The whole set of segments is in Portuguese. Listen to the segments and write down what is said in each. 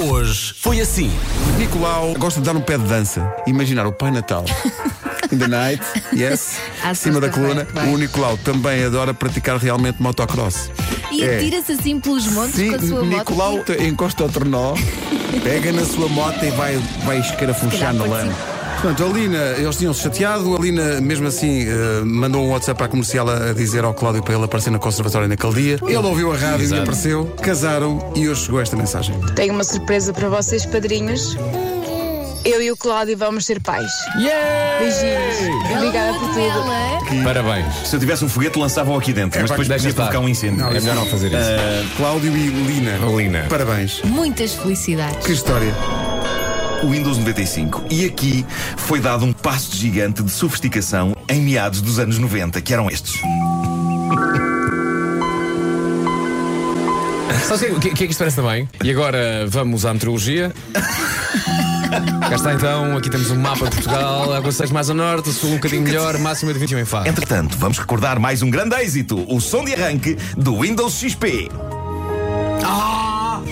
hoje foi assim. Nicolau gosta de dar um pé de dança. Imaginar o Pai Natal. In the night, yes. À Cima da coluna. sexta-feira, bem. O Nicolau também adora praticar realmente motocross. E É. atira-se assim pelos montes Sim, com a sua Nicolau moto. encosta ao ternó, pega na sua moto e vai, vai escarafunchar Se calhar na pode lama. Portanto, a Lina, eles tinham-se chateado, a Lina, mesmo assim, eh, mandou um WhatsApp à comercial a a dizer ao Cláudio para ele aparecer na conservatória naquele dia. Ele ouviu a rádio e apareceu, casaram e hoje chegou esta mensagem. Tenho uma surpresa para vocês, padrinhos. Eu e o Cláudio vamos ser pais. Beijinhos. Obrigada por tudo. Ela é? Parabéns. Se eu tivesse um foguete, lançavam aqui dentro, mas É, pá, depois deixa podia estar. provocar um incêndio. Eh, Não, É melhor não fazer isso. Cláudio e Lina. Lina. Parabéns. muitas felicidades. Que história. o Windows 95. E aqui foi dado um passo gigante de sofisticação em meados dos anos 90, que eram estes. Sabes o que, o que é que isto parece também? E agora vamos à meteorologia. Cá está então, aqui temos um mapa de Portugal, água 6 mais ao norte, sul um bocadinho melhor, máxima de 21 em Faro. Entretanto, vamos recordar mais um grande êxito: o som de arranque do Windows XP.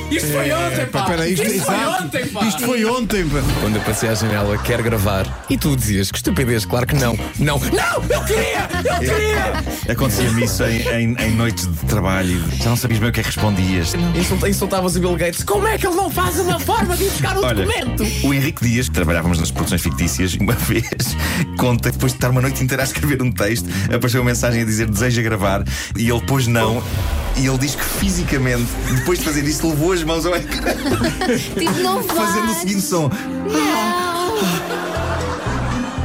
Isto foi ontem, Pá, peraí, isto, é exato. Isto foi ontem, pá. É, Quando eu passei à janela, quer gravar, e tu dizias que estupidez, claro que não. Não, não, eu queria, eu queria! Acontecia-me isso em, em- em noites de trabalho. Já não sabias bem o que é que respondias. Insult- Insultavas o Bill Gates, como é que ele não faz uma forma de ir buscar um Olha, documento? o Henrique Dias, que trabalhávamos nas produções fictícias, uma vez conta que depois de estar uma noite inteira a escrever um texto, apareceu uma mensagem a dizer deseja gravar e ele pôs não. E ele diz que fisicamente, depois de fazer isso, levou as mãos ao ecrã Tipo, não vais. fazendo o seguinte som.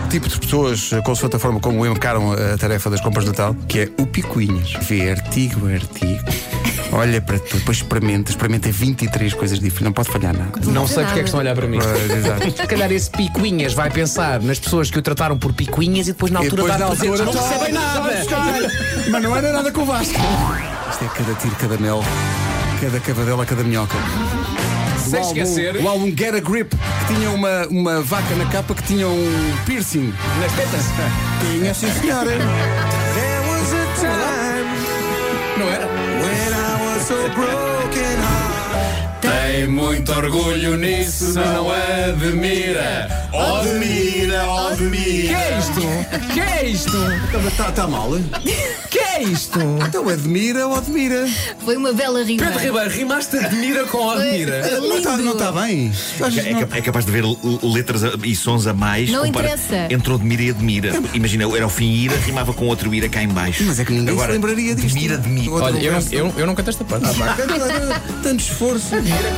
tipo de pessoas, eh, consoante a forma como encaram a a tarefa das compras de Natal, que é o picuinhas. Vê artigo a artigo. Olha para tu, depois experimenta, experimenta 23 coisas diferentes, não pode falhar nada. Não sei porque é que estão a olhar para mim. Pois, exato. Se calhar esse picuinhas vai pensar nas pessoas que o trataram por picuinhas e depois na E altura depois vai na dizer altura, não "Tá, recebem nada. Mas não era nada com o Vasco. Isto é cada tiro, cada anel, cada cavadela, cada minhoca. Sem álbum- esquecer- o álbum Get a Grip, que tinha uma, uma vaca na capa que tinha um piercing. Nas tetas. Tinha, sim, senhora. Não é? era? Tem muito orgulho nisso, não é admira. Admira, Que admira. é isto? Que é isto? Está Tá, mal? Que é isto? Então admira ou admira? Foi uma bela rima. Pedro Ribeiro, rimaste admira com admira. Foi Não está lindo. tá bem? É, cap- é capaz de ver l- letras a- e sons a mais. Não compara- interessa. Entre admira e admira. Imagina, era o fim ira, rimava com outro ira cá em baixo. Mas é que ninguém Agora, se lembraria disto. Admira, admira. Outra Olha, eu não, conversa. eu, eu não canto esta parte. Tanto esforço.